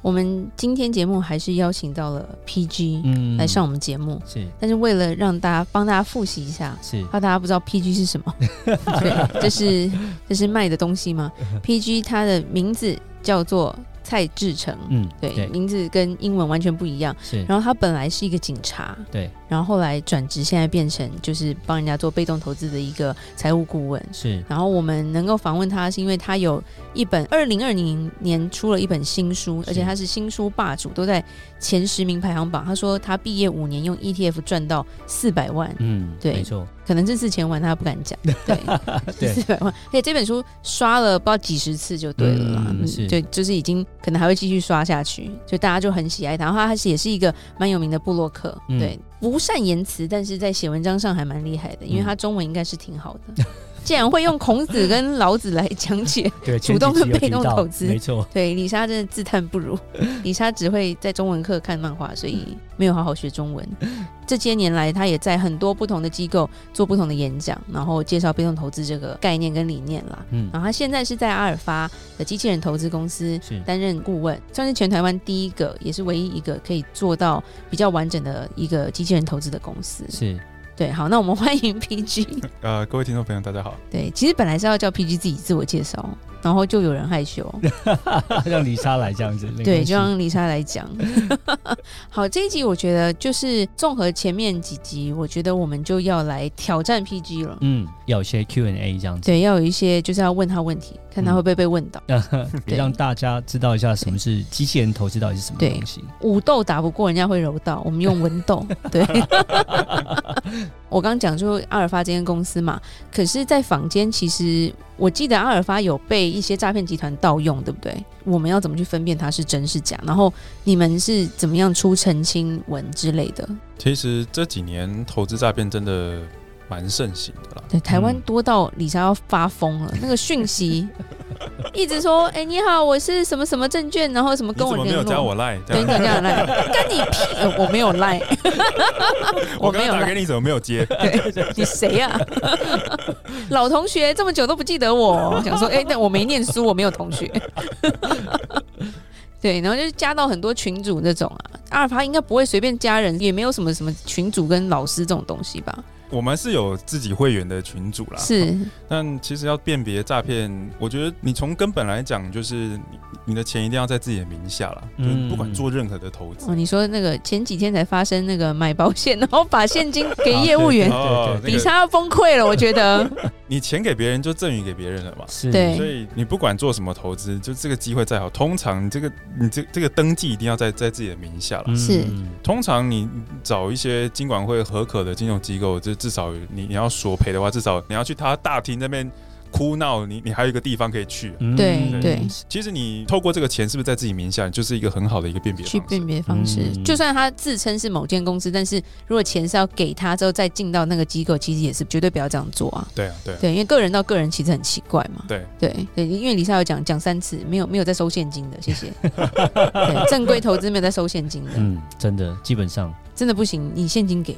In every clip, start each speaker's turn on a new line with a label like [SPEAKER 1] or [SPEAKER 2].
[SPEAKER 1] 我们今天节目还是邀请到了 PG
[SPEAKER 2] 嗯
[SPEAKER 1] 来上我们节目，
[SPEAKER 2] 是
[SPEAKER 1] 但是为了让大家帮大家复习一下。
[SPEAKER 2] 是
[SPEAKER 1] 怕大家不知道 PG 是什 么，对，这是这是卖的东西吗？PG 它的名字叫做蔡志成，
[SPEAKER 2] 嗯
[SPEAKER 1] 对，名字跟英文完全不一样。
[SPEAKER 2] 是
[SPEAKER 1] 然后他本来是一个警察，
[SPEAKER 2] 对
[SPEAKER 1] 然后后来转职，现在变成就是帮人家做被动投资的一个财务顾问。
[SPEAKER 2] 是
[SPEAKER 1] 然后我们能够访问他，是因为他有一本二零二零年出了一本新书，
[SPEAKER 2] 是
[SPEAKER 1] 而且他是新书霸主，都在前十名排行榜。他说他毕业五年用 ETF 赚到四百万，
[SPEAKER 2] 嗯
[SPEAKER 1] 对
[SPEAKER 2] 没 错
[SPEAKER 1] 可能这四千万他不敢 讲，对，
[SPEAKER 2] 对
[SPEAKER 1] 四百万。而且这本书刷了不知道几十次就对了啦，
[SPEAKER 2] 嗯是
[SPEAKER 1] 对，就是已经可能还会继续刷下去，就大家就很喜爱他。然后他也是一个蛮有名的布洛克，
[SPEAKER 2] 嗯
[SPEAKER 1] 对，不善言辞，但是在写文章上还蛮厉害的，
[SPEAKER 2] 嗯
[SPEAKER 1] 因为他中文应该是挺好的。竟然会用孔子跟老子来讲解，
[SPEAKER 2] 对
[SPEAKER 1] 主动
[SPEAKER 2] 前几集有
[SPEAKER 1] 跟被
[SPEAKER 2] 提
[SPEAKER 1] 动
[SPEAKER 2] 到
[SPEAKER 1] 投资
[SPEAKER 2] 没错
[SPEAKER 1] 对李莎真的自叹不如。李莎只会在中文课看漫画，所以没有好好学中文。这些年来，她也在很多不同的机构做不同的演讲，然后介绍被动投资这个概念跟理念啦。
[SPEAKER 2] 嗯
[SPEAKER 1] 然后她现在是在阿尔法的机器人投资公司
[SPEAKER 2] 是
[SPEAKER 1] 担任顾问，算是全台湾第一个，也是唯一一个可以做到比较完整的一个机器人投资的公司。
[SPEAKER 2] 是
[SPEAKER 1] 对，好，那我们欢迎 PG。
[SPEAKER 3] 呃，各位听众朋友，大家好。
[SPEAKER 1] 对，其实本来是要叫 PG 自己自我介绍，然后就有人害羞。
[SPEAKER 2] 让李莎来这样子，没关
[SPEAKER 1] 对，
[SPEAKER 2] 系
[SPEAKER 1] 就让丽莎来讲。 好，这一集我觉得就是综合前面几集，我觉得我们就要来挑战 PG 了。
[SPEAKER 2] 嗯要有些 Q&A 这样子。
[SPEAKER 1] 对，要有一些就是要问他问题，看他会不会被问 到。
[SPEAKER 2] 也让大家知道一下什么是机器人投资到底是什么
[SPEAKER 1] 对
[SPEAKER 2] 东西。
[SPEAKER 1] 武斗打不过人家会柔道，我们用文 斗。对， 我刚讲就阿尔法这间公司嘛，可是，在坊间其实我记得阿尔法有被一些诈骗集团盗用，对不对？我们要怎么去分辨它是真是假？然后你们是怎么样出澄清文之类的？
[SPEAKER 3] 其实这几年投资诈骗真的蛮盛行的啦。
[SPEAKER 1] 对，台湾
[SPEAKER 2] 嗯
[SPEAKER 1] 多到李莎要发疯了，那个讯息一直说：“哎、你好，我是什么什么证券，然后什么
[SPEAKER 3] 你
[SPEAKER 1] 跟
[SPEAKER 3] 怎
[SPEAKER 1] 我
[SPEAKER 3] 么没
[SPEAKER 1] 联
[SPEAKER 3] 有
[SPEAKER 1] 络。”
[SPEAKER 3] 加我赖？啊这
[SPEAKER 1] 对，
[SPEAKER 3] 样
[SPEAKER 1] 你怎么这样赖？跟你屁！呃我没有赖，
[SPEAKER 3] 我
[SPEAKER 1] 没
[SPEAKER 3] 刚
[SPEAKER 1] 有
[SPEAKER 3] 刚打
[SPEAKER 1] 赖
[SPEAKER 3] 给，你，怎么没 有接？
[SPEAKER 1] 你谁呀、 老同学这么久都不记得我，想说，哎、那我没念书，我没有同学。 对，然后就是加到很多群主这种啊，阿尔法应该不会随便加人，也没有什么什么群主跟老师这种东西吧？
[SPEAKER 3] 我们是有自己会员的群组啦。
[SPEAKER 1] 是，
[SPEAKER 3] 但其实要辨别诈骗，我觉得你从根本来讲，就是你你的钱一定要在自己的名下啦，
[SPEAKER 2] 嗯
[SPEAKER 3] 就是不管做任何的投资
[SPEAKER 1] 哦，。你说那个前几天才发生那个买保险，然后把现金给业务员，
[SPEAKER 2] 对
[SPEAKER 3] 哦，
[SPEAKER 2] 啊对
[SPEAKER 3] 那
[SPEAKER 1] 李
[SPEAKER 3] 个
[SPEAKER 1] 莎要崩溃了，我觉得。
[SPEAKER 3] 你钱给别人就赠予给别人了嘛。
[SPEAKER 2] 是
[SPEAKER 1] 对
[SPEAKER 3] 所以你不管做什么投资，就这个机会再好，通常你这个你这这个登记一定要在在自己的名下啦。
[SPEAKER 2] 嗯
[SPEAKER 1] 是
[SPEAKER 3] 通常你找一些金管会合可的金融机构，就至少你你要索赔的话，至少你要去他大厅那边哭闹，你你还有一个地方可以去。
[SPEAKER 2] 嗯
[SPEAKER 1] 对对
[SPEAKER 3] 其实你透过这个钱是不是在自己名下，就是一个很好的一个辨别
[SPEAKER 1] 去
[SPEAKER 3] 方式
[SPEAKER 1] 辨。别方式，
[SPEAKER 2] 嗯
[SPEAKER 1] 就算他自称是某间公司，但是如果钱是要给他之后再进到那个机构，其实也是绝对不要这样做啊。
[SPEAKER 3] 对啊，对啊，
[SPEAKER 1] 对，因为个人到个人其实很奇怪嘛。
[SPEAKER 3] 对
[SPEAKER 1] 对对，因为李莎有讲讲三次，没有没有在收现金的，谢 谢。对，正规投资没有在收现金的，
[SPEAKER 2] 嗯，真的，基本上
[SPEAKER 1] 真的不行，你现金给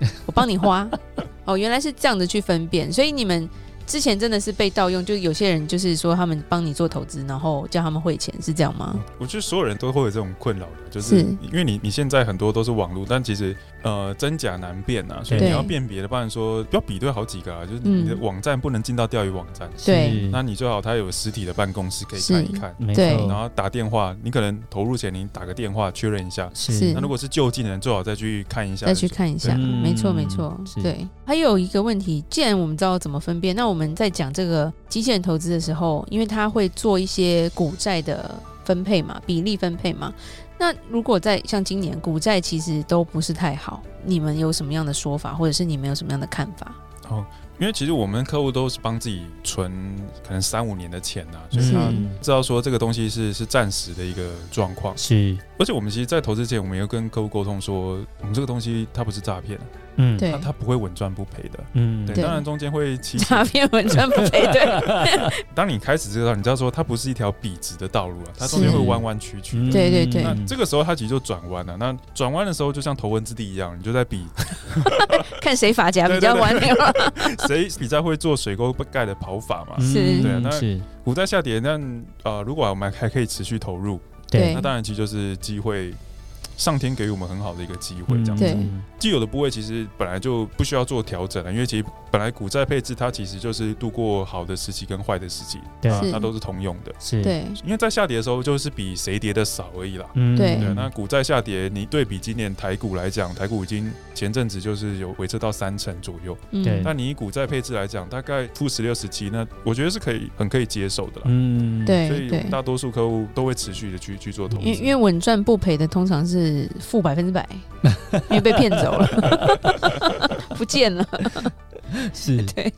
[SPEAKER 1] 我，我帮你花。 哦，原来是这样子去分辨，所以你们之前真的是被盗用，就是有些人就是说他们帮你做投资，然后叫他们汇钱，是这样吗？
[SPEAKER 3] 我觉得所有人都会有这种困扰的，就
[SPEAKER 1] 是
[SPEAKER 3] 是因为你你现在很多都是网络，但其实呃真假难辨啊，所以
[SPEAKER 2] 对
[SPEAKER 3] 你要辨别的，不然说要比对好几个啊，就是你的
[SPEAKER 1] 嗯
[SPEAKER 3] 网站不能进到钓鱼网站，
[SPEAKER 1] 对
[SPEAKER 3] 那你最好它有实体的办公室可以
[SPEAKER 1] 是
[SPEAKER 3] 看一看。
[SPEAKER 2] 没
[SPEAKER 1] 对
[SPEAKER 3] 然
[SPEAKER 2] 错，
[SPEAKER 3] 后打电话，你可能投入前你打个电话确认一下。
[SPEAKER 1] 是
[SPEAKER 3] 那如果是就近的人，最好再去看一下。
[SPEAKER 1] 再去看一下，
[SPEAKER 2] 嗯
[SPEAKER 1] 没错没错，
[SPEAKER 2] 是
[SPEAKER 1] 对。还有一个问题，既然我们知道怎么分辨，那我们在讲这个机器人投资的时候，因为它会做一些股债的分配嘛，比例分配嘛。那如果在像今年股债其实都不是太好，你们有什么样的说法，或者是你们有什么样的看法？
[SPEAKER 3] 因为其实我们客户都是帮自己存可能三五年的钱呐、所以
[SPEAKER 1] 是
[SPEAKER 3] 他
[SPEAKER 2] 嗯
[SPEAKER 3] 知道说这个东西是是暂时的一个状况。
[SPEAKER 2] 是
[SPEAKER 3] 而且我们其实，在投资前，我们也有跟客户沟通说，我们这个东西它不是诈骗，
[SPEAKER 2] 嗯，
[SPEAKER 1] 对
[SPEAKER 3] 那他不会稳赚不赔的。
[SPEAKER 2] 嗯，
[SPEAKER 3] 对，
[SPEAKER 1] 对
[SPEAKER 3] 当然中间会起起
[SPEAKER 1] 诈骗文章不配对，
[SPEAKER 3] 当你开始知道，你知道说它不是一条笔直的道路啊，它中间
[SPEAKER 1] 是
[SPEAKER 3] 会弯弯曲曲
[SPEAKER 2] 嗯
[SPEAKER 3] 的。
[SPEAKER 1] 对对对
[SPEAKER 3] 那这个时候它其实就转弯了、那转弯的时候就像头文字 D 一样，你就在比
[SPEAKER 1] 看谁发夹比
[SPEAKER 3] 对对
[SPEAKER 1] 较
[SPEAKER 3] 对
[SPEAKER 1] 完美。
[SPEAKER 3] 谁比较会做水沟盖的跑法嘛。
[SPEAKER 1] 是
[SPEAKER 3] 对啊那
[SPEAKER 2] 嗯是，
[SPEAKER 3] 股债下跌，那呃，如果我们还可以持续投入，
[SPEAKER 1] 对
[SPEAKER 3] 那当然其实就是机会，上天给予我们很好的一个机会。这样，
[SPEAKER 1] 对
[SPEAKER 2] 嗯
[SPEAKER 3] 既有的部位其实本来就不需要做调整了，啊因为其实本来股债配置它其实就是度过好的时期跟坏的时期，
[SPEAKER 2] 嗯对
[SPEAKER 3] 啊
[SPEAKER 1] 是
[SPEAKER 3] 它都是通用的。
[SPEAKER 2] 是，
[SPEAKER 1] 对，
[SPEAKER 3] 因为在下跌的时候，就是比谁跌的少而已啦。
[SPEAKER 2] 嗯
[SPEAKER 1] 对
[SPEAKER 3] 对，那股债下跌，你对比今年台股来讲，台股已经前阵子就是有回撤到三成左右。
[SPEAKER 2] 对
[SPEAKER 1] 嗯
[SPEAKER 3] 那你以股债配置来讲，大概负十六、十七，那我觉得是可以很可以接受的啦。
[SPEAKER 2] 嗯，
[SPEAKER 3] 所以
[SPEAKER 1] 对
[SPEAKER 3] 我们
[SPEAKER 1] 对，
[SPEAKER 3] 大多数客户都会持续的去去做投资
[SPEAKER 1] 因为。因为稳赚不赔的通常是负百分 之百，因为被骗走了，不见了。
[SPEAKER 2] 是，
[SPEAKER 1] 对，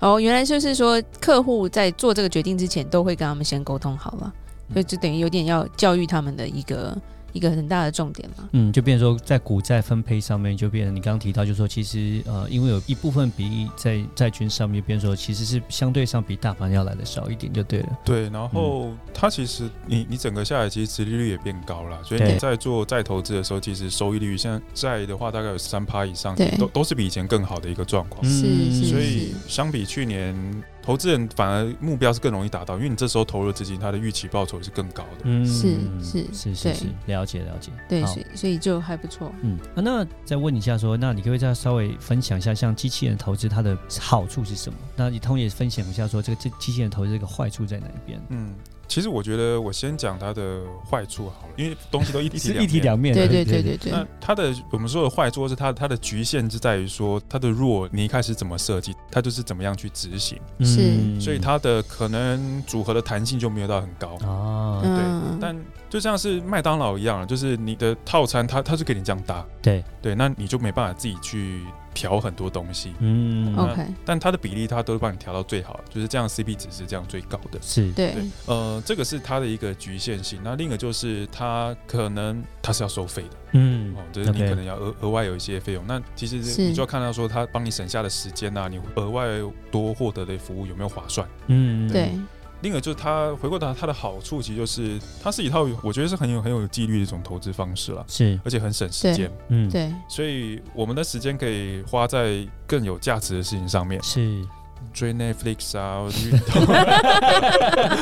[SPEAKER 1] 哦，原来就是说客户在做这个决定之前都会跟他们先沟通好了，所以就等于有点要教育他们的一个一个很大的重点嘛。
[SPEAKER 2] 嗯，就变成说在股债分配上面，就变成你刚刚提到，就是说其实呃，因为有一部分比例在债券上面，变成说其实是相对上比大盘要来的少一点，就对了。
[SPEAKER 3] 对，然后它其实你你整个下来，其实殖利率也变高了，所以
[SPEAKER 2] 对
[SPEAKER 3] 你在做再投资的时候，其实收益率现在债的话大概有三趴以上
[SPEAKER 1] 对，
[SPEAKER 3] 都都是比以前更好的一个状况。
[SPEAKER 1] 哦是
[SPEAKER 2] 嗯
[SPEAKER 1] 是
[SPEAKER 3] 所
[SPEAKER 1] 是
[SPEAKER 3] 以相比去年，投资人反而目标是更容易达到，因为你这时候投入的资金，它的预期报酬是更高的。
[SPEAKER 2] 嗯
[SPEAKER 1] 是是
[SPEAKER 2] 是是
[SPEAKER 1] 对
[SPEAKER 2] 是，了解了解。
[SPEAKER 1] 对，
[SPEAKER 2] 好
[SPEAKER 1] 所以所以就还不错。
[SPEAKER 2] 嗯、啊那再问一下说，那你可不可以再稍微分享一下，像机器人投资它的好处是什么？那你同时也分享一下说，这个机机器人投资这个坏处在哪一边？
[SPEAKER 3] 嗯，其实我觉得我先讲它的坏处好了，因为东西都一 体
[SPEAKER 2] 是
[SPEAKER 3] 两
[SPEAKER 2] 一体
[SPEAKER 3] 面
[SPEAKER 2] 两面的，
[SPEAKER 1] 对对对对对，
[SPEAKER 3] 那它的我们说的坏处是它它的局限是在于说它的弱，你一开始怎么设计，它就是怎么样去执行，
[SPEAKER 2] 嗯
[SPEAKER 1] 是
[SPEAKER 3] 所以它的可能组合的弹性就没有到很高。
[SPEAKER 2] 啊，
[SPEAKER 1] 嗯，
[SPEAKER 3] 但就像是麦当劳一样，就是你的套餐它它就给你这样搭，
[SPEAKER 2] 对，
[SPEAKER 3] 对，那你就没办法自己去调很多东西，
[SPEAKER 2] 嗯
[SPEAKER 1] OK，
[SPEAKER 3] 但它的比例它都帮你调到最好，就是这样 CP 值是这样最高的。
[SPEAKER 2] 是，
[SPEAKER 1] 对
[SPEAKER 3] 对呃，这个是它的一个局限性。那另一个就是它可能它是要收费的
[SPEAKER 2] 嗯
[SPEAKER 3] 哦，就是你
[SPEAKER 2] OK
[SPEAKER 3] 可能要额额外有一些费用。那其实
[SPEAKER 1] 是
[SPEAKER 3] 你就要看到说它帮你省下的时间啊，你额外多获得的服务有没有划算。
[SPEAKER 2] 嗯，
[SPEAKER 1] 对，
[SPEAKER 3] 另一个就是它回过头来它的好处，其实就是它是一套我觉得是很有很有纪律的一种投资方式啦，
[SPEAKER 2] 是，
[SPEAKER 3] 而且很省时间。
[SPEAKER 2] 嗯，
[SPEAKER 1] 对，
[SPEAKER 3] 所以我们的时间可以花在更有价值的事情上面，
[SPEAKER 2] 是，
[SPEAKER 3] 追 Netflix 啊，或者运动。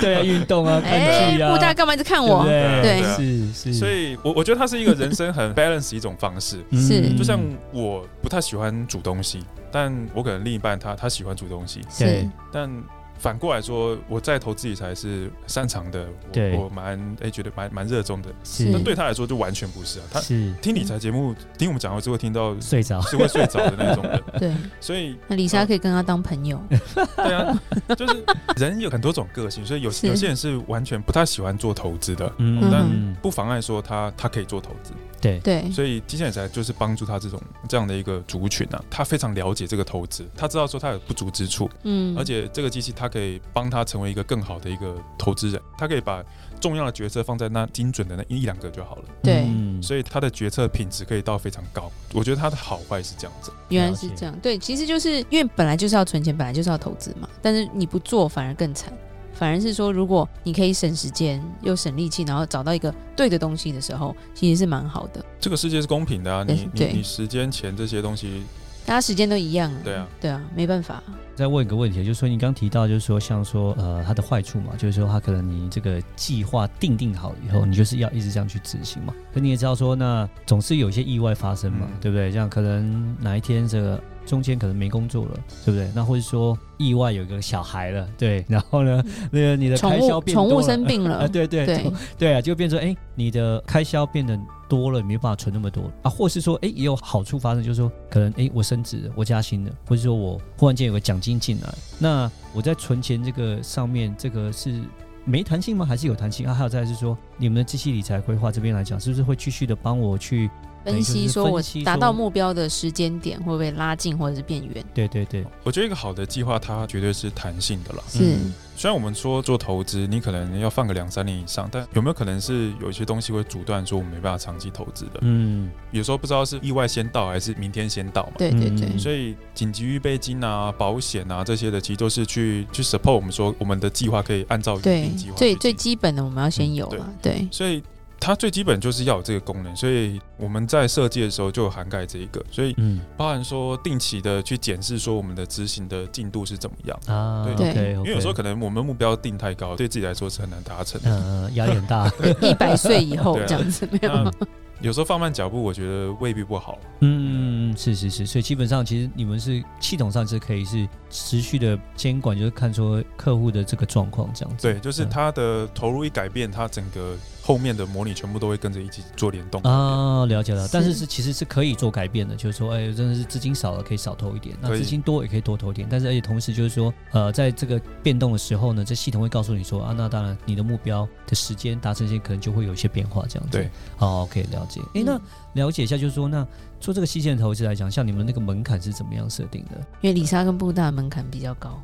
[SPEAKER 2] 对啊，运动啊，看
[SPEAKER 1] 哎，
[SPEAKER 2] 剧啊，
[SPEAKER 1] 顾大干嘛一直看
[SPEAKER 2] 对不
[SPEAKER 1] 我？
[SPEAKER 2] 对
[SPEAKER 1] 对
[SPEAKER 2] 是 是，
[SPEAKER 3] 所以我我觉得它是一个人生很 balance 的一种方式。
[SPEAKER 2] 嗯
[SPEAKER 1] 是
[SPEAKER 3] 就像我不太喜欢煮东西，但我可能另一半他他喜欢煮东西，
[SPEAKER 2] 对
[SPEAKER 1] 是，
[SPEAKER 3] 但反过来说，我在投资理财是擅长的，
[SPEAKER 2] 对嗯
[SPEAKER 3] 我我蛮哎、觉得蛮蛮热衷的。
[SPEAKER 2] 是
[SPEAKER 3] 那对他来说就完全不是啊，他
[SPEAKER 2] 是
[SPEAKER 3] 听理财节目，听我们讲话就会听到
[SPEAKER 2] 睡着，
[SPEAKER 3] 是会睡着的那种人，
[SPEAKER 1] 对，
[SPEAKER 3] 所以
[SPEAKER 1] 那李莎可以跟他当 朋友。
[SPEAKER 3] 对啊，就是人有很多种个性，所以有
[SPEAKER 1] 是
[SPEAKER 3] 有些人是完全不太喜欢做投资的，
[SPEAKER 2] 嗯
[SPEAKER 1] 嗯
[SPEAKER 2] 嗯，
[SPEAKER 3] 不妨碍说他他可以做投资。
[SPEAKER 2] 对，
[SPEAKER 1] 对，
[SPEAKER 3] 所以基金理财就是帮助他这种这样的一个族群啊，他非常了解这个投资，他知道说他有不足之处，
[SPEAKER 1] 嗯，
[SPEAKER 3] 而且这个机器它可以帮他成为一个更好的一个投资人，他可以把重要的决策放在那精准的那一一两个就好了，
[SPEAKER 1] 对，
[SPEAKER 2] 嗯
[SPEAKER 3] 所以他的决策品质可以到非常高。我觉得它的好坏是这样子，
[SPEAKER 1] 原来
[SPEAKER 2] 了
[SPEAKER 1] 是
[SPEAKER 2] 解
[SPEAKER 1] 这样，对，其实就是因为本来就是要存钱，本来就是要投资嘛，但是你不做反而更惨，反而是说如果你可以省时间又省力气，然后找到一个对的东西的时候，其实是蛮好的，
[SPEAKER 3] 这个世界是公平的啊，你你
[SPEAKER 1] 对
[SPEAKER 3] 你时间钱这些东西，
[SPEAKER 1] 大家时间都一样，
[SPEAKER 3] 对啊，
[SPEAKER 1] 对啊，没办法，
[SPEAKER 2] 再问一个问题，就是说你刚提到，就是说像说呃它的坏处嘛，就是说它可能你这个计划定定好以后，你就是要一直这样去执行嘛。可你也知道说，那总是有一些意外发生嘛，
[SPEAKER 3] 嗯
[SPEAKER 2] 对不对？像可能哪一天这个中间可能没工作了，对不对？那或者说意外有个小孩了，对，然后呢，那个你的
[SPEAKER 1] 宠
[SPEAKER 2] 开销
[SPEAKER 1] 物
[SPEAKER 2] 变
[SPEAKER 1] 嗯宠
[SPEAKER 2] 多
[SPEAKER 1] 物
[SPEAKER 2] 了
[SPEAKER 1] 生病
[SPEAKER 2] 啊，
[SPEAKER 1] 了，
[SPEAKER 2] 对对
[SPEAKER 1] 对
[SPEAKER 2] 对啊，就变成哎、你的开销变得多了，你没办法存那么多啊，或是说哎、也有好处发生，就是说可能哎、我升职了，我加薪了，或者说我忽然间有个奖金进来，那我在存钱这个上面，这个是没弹性吗？还是有弹性啊？还有再来是说，你们的机器理财规划这边来讲，是不是会继续的帮我去等于就
[SPEAKER 1] 分
[SPEAKER 2] 是
[SPEAKER 1] 析说
[SPEAKER 2] 分
[SPEAKER 1] 我
[SPEAKER 2] 析
[SPEAKER 1] 达
[SPEAKER 2] 说
[SPEAKER 1] 到目标的时间点会不会拉近或者是变远？
[SPEAKER 2] 对对对，
[SPEAKER 3] 我觉得一个好的计划，它绝对是弹性的啦。
[SPEAKER 1] 是
[SPEAKER 2] 嗯
[SPEAKER 3] 虽然我们说做投资，你可能要放个两三年以上，但有没有可能是有一些东西会阻断，说我们没办法长期投资的？
[SPEAKER 2] 嗯，
[SPEAKER 3] 有时候不知道是意外先到还是明天先到嘛。
[SPEAKER 1] 对对
[SPEAKER 2] 嗯
[SPEAKER 1] 对，
[SPEAKER 3] 所以紧急预备金啊、保险啊这些的，其实都是去去 support 我们说我们的计划可以按照原
[SPEAKER 1] 对
[SPEAKER 3] 定计划去
[SPEAKER 1] 最
[SPEAKER 3] 进
[SPEAKER 1] 最
[SPEAKER 3] 行
[SPEAKER 1] 基本的我们要先
[SPEAKER 3] 嗯
[SPEAKER 1] 有
[SPEAKER 3] 对
[SPEAKER 1] 嘛，对，
[SPEAKER 3] 所以它最基本就是要有这个功能，所以我们在设计的时候就有涵盖这一个，所以
[SPEAKER 2] 嗯
[SPEAKER 3] 包含说定期的去检视说我们的执行的进度是怎么样，
[SPEAKER 2] 啊，
[SPEAKER 3] 对
[SPEAKER 2] OK，
[SPEAKER 3] 因为有时候可能我们目标定太高，对自己来说是很难 达成的。
[SPEAKER 2] 呃压力很大，
[SPEAKER 1] 一百岁以后
[SPEAKER 3] 对啊
[SPEAKER 1] 这样子没有
[SPEAKER 3] 那
[SPEAKER 1] 吗？
[SPEAKER 3] 有时候放慢脚步，我觉得未必不好。
[SPEAKER 2] 嗯，嗯是是是，所以基本上其实你们是系统上是可以是持续的监管，就是看说客户的这个状况这样子。嗯
[SPEAKER 3] 对，就是它的投入一改变，它整个后面的模拟全部都会跟着一起做联动。
[SPEAKER 2] 啊，了解了，
[SPEAKER 1] 是
[SPEAKER 2] 但是是其实是可以做改变的，就是说，哎，真的是资金少了可以少投一点，那
[SPEAKER 3] 可以
[SPEAKER 2] 资金多也可以多投一点，但是而且同时就是说，呃，在这个变动的时候呢，这系统会告诉你说啊，那当然你的目标的时间达成线可能就会有一些变化这样子。
[SPEAKER 3] 对，
[SPEAKER 2] 好，OK，了解。哎，那
[SPEAKER 1] 嗯
[SPEAKER 2] 了解一下，就是说，那做这个期限投资来讲，像你们那个门槛是怎么样设定的？
[SPEAKER 1] 因为李莎跟布大的门槛比较高，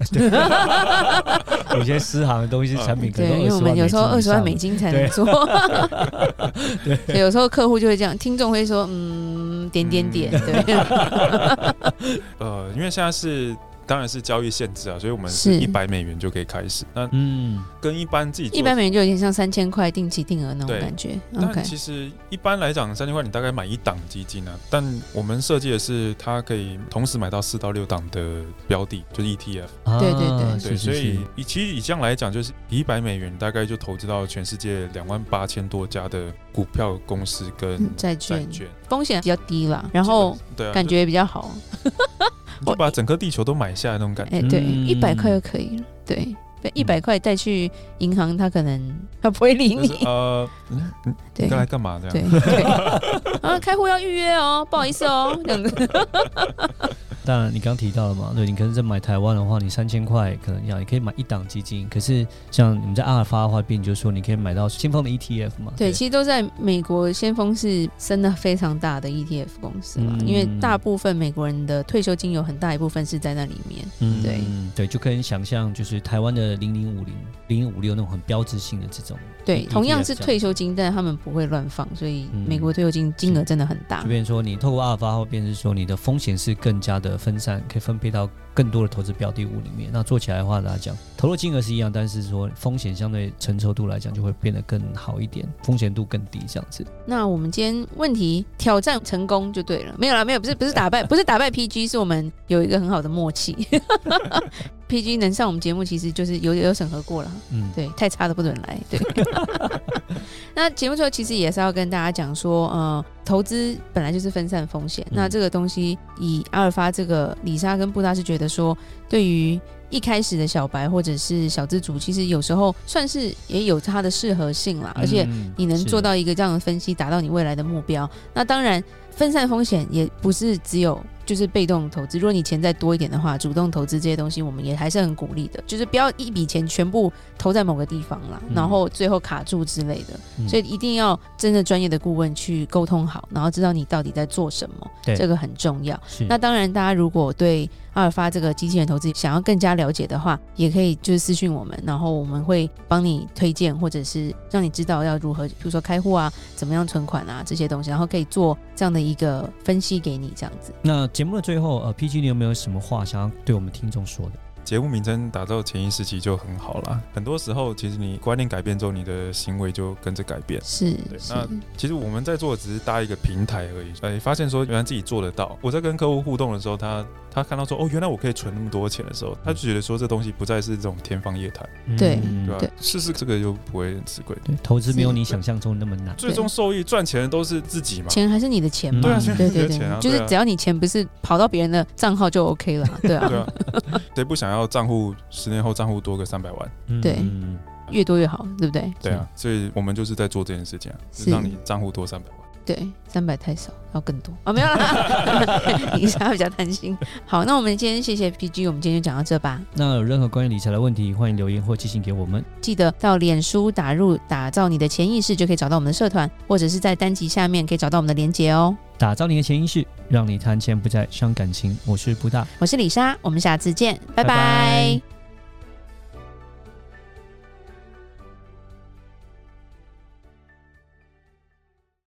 [SPEAKER 2] 有些私行的东
[SPEAKER 3] 啊
[SPEAKER 2] 西产品可
[SPEAKER 1] 对，
[SPEAKER 2] 能
[SPEAKER 1] 因为我们有时候二十万美
[SPEAKER 2] 金
[SPEAKER 1] 金才
[SPEAKER 2] 对
[SPEAKER 1] 能做， 对，有时候客户就会这样，听众会说嗯点点点，对，
[SPEAKER 3] 呃，因为现在是当然是交易限制啊，所以我们
[SPEAKER 1] 是
[SPEAKER 3] 是一百美元就可以开始。那
[SPEAKER 2] 以上。嗯，
[SPEAKER 3] 跟一般自己做
[SPEAKER 1] 一百美元就有点像三千块定期定额那种
[SPEAKER 3] 对
[SPEAKER 1] 感觉，OK
[SPEAKER 3] 但。其实一般来讲，三千块你大概买一档基金啊，但我们设计的是它可以同时买到四到六档的标的，就是 ETF。
[SPEAKER 2] 啊
[SPEAKER 1] 对对对
[SPEAKER 2] 是
[SPEAKER 3] 对，
[SPEAKER 2] 是
[SPEAKER 3] 所
[SPEAKER 2] 是
[SPEAKER 3] 以以其实以这样来讲，就是一百美元大概就投资到全世界两万八千多家的股票公司跟
[SPEAKER 1] 嗯债
[SPEAKER 3] 债
[SPEAKER 1] 券
[SPEAKER 3] 券，
[SPEAKER 1] 风险比较低啦，然后
[SPEAKER 3] 对啊，
[SPEAKER 1] 感觉也比较好。
[SPEAKER 3] 就就把整个地球都买下来那种感觉。
[SPEAKER 1] 哎、对，
[SPEAKER 2] 嗯
[SPEAKER 1] 一百块就可以了。对，一百块带去银行，他可能他不会理
[SPEAKER 3] 就是
[SPEAKER 1] 你。
[SPEAKER 3] 呃，嗯你
[SPEAKER 1] 对
[SPEAKER 3] 你 该来干嘛这
[SPEAKER 1] 对
[SPEAKER 3] 样？
[SPEAKER 1] 对， 啊，开户要预约哦，不好意思哦，这样子。
[SPEAKER 2] 当然，你刚提到了嘛，对你可能在买台湾的话，你三千块可能要，你可以买一档基金。可是像你们在阿尔法的话，变就说你可以买到先锋的 ETF 嘛。嗯
[SPEAKER 1] 对，其实都在美国，先锋是升的非常大的 ETF 公司嘛，
[SPEAKER 2] 嗯
[SPEAKER 1] 因为大部分美国人的退休金有很大一部分是在那里面。
[SPEAKER 2] 嗯
[SPEAKER 1] 对
[SPEAKER 2] 对，就可以想象就是台湾的零零五零、零零五六那种很标志性的这种，
[SPEAKER 1] 对，
[SPEAKER 2] ETF
[SPEAKER 1] 同样是退休金，但他们不会乱放，所以
[SPEAKER 2] 嗯
[SPEAKER 1] 美国退休金金额真的很大
[SPEAKER 2] 就。变成说你透过阿尔法后，变成说你的风险是更加的分散，可以分配到更多的投资标的物里面。那做起来的话来讲，投入金额是一样，但是说风险相对承受度来讲就会变得更好一点，风险度更低这样子。
[SPEAKER 1] 那我们今天问题挑战成功就对了，没有啦，没有，不是不是打败，不是打败 PG，是我们有一个很好的默契。PG 能上我们节目，其实就是有有审核过了，
[SPEAKER 2] 嗯，
[SPEAKER 1] 对，太差的不准来。对， 那节目最后其实也是要跟大家讲说，呃，投资本来就是分散风险，
[SPEAKER 2] 嗯
[SPEAKER 1] 那这个东西以阿尔法这个李莎跟布达是觉得说，对于一开始的小白或者是小资主，其实有时候算是也有它的适合性啦，而且
[SPEAKER 2] 嗯
[SPEAKER 1] 你能
[SPEAKER 2] 是
[SPEAKER 1] 做到一个这样的分析，达到你未来的目标。那当然，分散风险也不是只有就是被动投资，如果你钱再多一点的话，主动投资这些东西，我们也还是很鼓励的，就是不要一笔钱全部投在某个地方啦，
[SPEAKER 2] 嗯
[SPEAKER 1] 然后最后卡住之类的。
[SPEAKER 2] 嗯
[SPEAKER 1] 所以一定要真的专业的顾问去沟通好，然后知道你到底在做什么，
[SPEAKER 2] 对
[SPEAKER 1] 这个很重要。
[SPEAKER 3] 嗯
[SPEAKER 2] 是
[SPEAKER 1] 那当然，大家如果对阿尔法这个机器人投资想要更加了解的话，也可以就是私讯我们，然后我们会帮你推荐，或者是让你知道要如何，比如说开户啊，怎么样存款啊这些东西，然后可以做这样的一个分析给你，这样子。
[SPEAKER 2] 那节目的最后，呃，PG，你有没有什么话想要对我们听众说的？
[SPEAKER 3] 节目名称打造潜意识期就很好啦。很多时候，其实你观念改变之后，你的行为就跟着改变。
[SPEAKER 1] 是
[SPEAKER 3] 对
[SPEAKER 1] 是
[SPEAKER 3] 那其实我们在做的只是搭一个平台而已，哎，发现说原来自己做得到。我在跟客户互动的时候，他他看到说哦，原来我可以存那么多钱的时候，他就觉得说这东西不再是这种天方夜谭，
[SPEAKER 1] 对
[SPEAKER 2] 嗯
[SPEAKER 3] 对吧、啊
[SPEAKER 1] 对
[SPEAKER 3] 试试这个又不会很吃亏，
[SPEAKER 2] 对，投资没有你想象中那么难。
[SPEAKER 3] 最终受益赚钱的都是自己嘛。
[SPEAKER 1] 钱还是你的钱嘛，
[SPEAKER 2] 对啊 钱
[SPEAKER 1] 嗯对
[SPEAKER 3] 你
[SPEAKER 1] 对
[SPEAKER 3] 的
[SPEAKER 1] 对，
[SPEAKER 3] 钱啊
[SPEAKER 1] 就是
[SPEAKER 3] 对啊
[SPEAKER 1] 只要你钱不是跑到别人的账号就 OK 了，对啊，
[SPEAKER 3] 对啊，谁不想要账户十年后账户多个三百万？
[SPEAKER 2] 嗯
[SPEAKER 1] 对
[SPEAKER 2] 嗯
[SPEAKER 1] 越多越好，对不对？
[SPEAKER 3] 对啊，所以我们就是在做这件事情、啊，
[SPEAKER 1] 是
[SPEAKER 3] 让你账户多三百万。
[SPEAKER 1] 对，三百太少，要更多啊、没有 啦， 你莎比较担心。好，那我们今天谢谢 PG，我们今天就讲到这吧。
[SPEAKER 2] 那有任何关于理财的问题，欢迎留言或寄信给我们。
[SPEAKER 1] 记得到脸书打入“打造你的潜意识”就可以找到我们的社团，或者是在单集下面可以找到我们的连结哦。
[SPEAKER 2] 打造你的潜意识，让你谈钱不再伤感情。我是布大，
[SPEAKER 1] 我是李莎，我们下次见，
[SPEAKER 2] 拜
[SPEAKER 1] 拜拜
[SPEAKER 2] 拜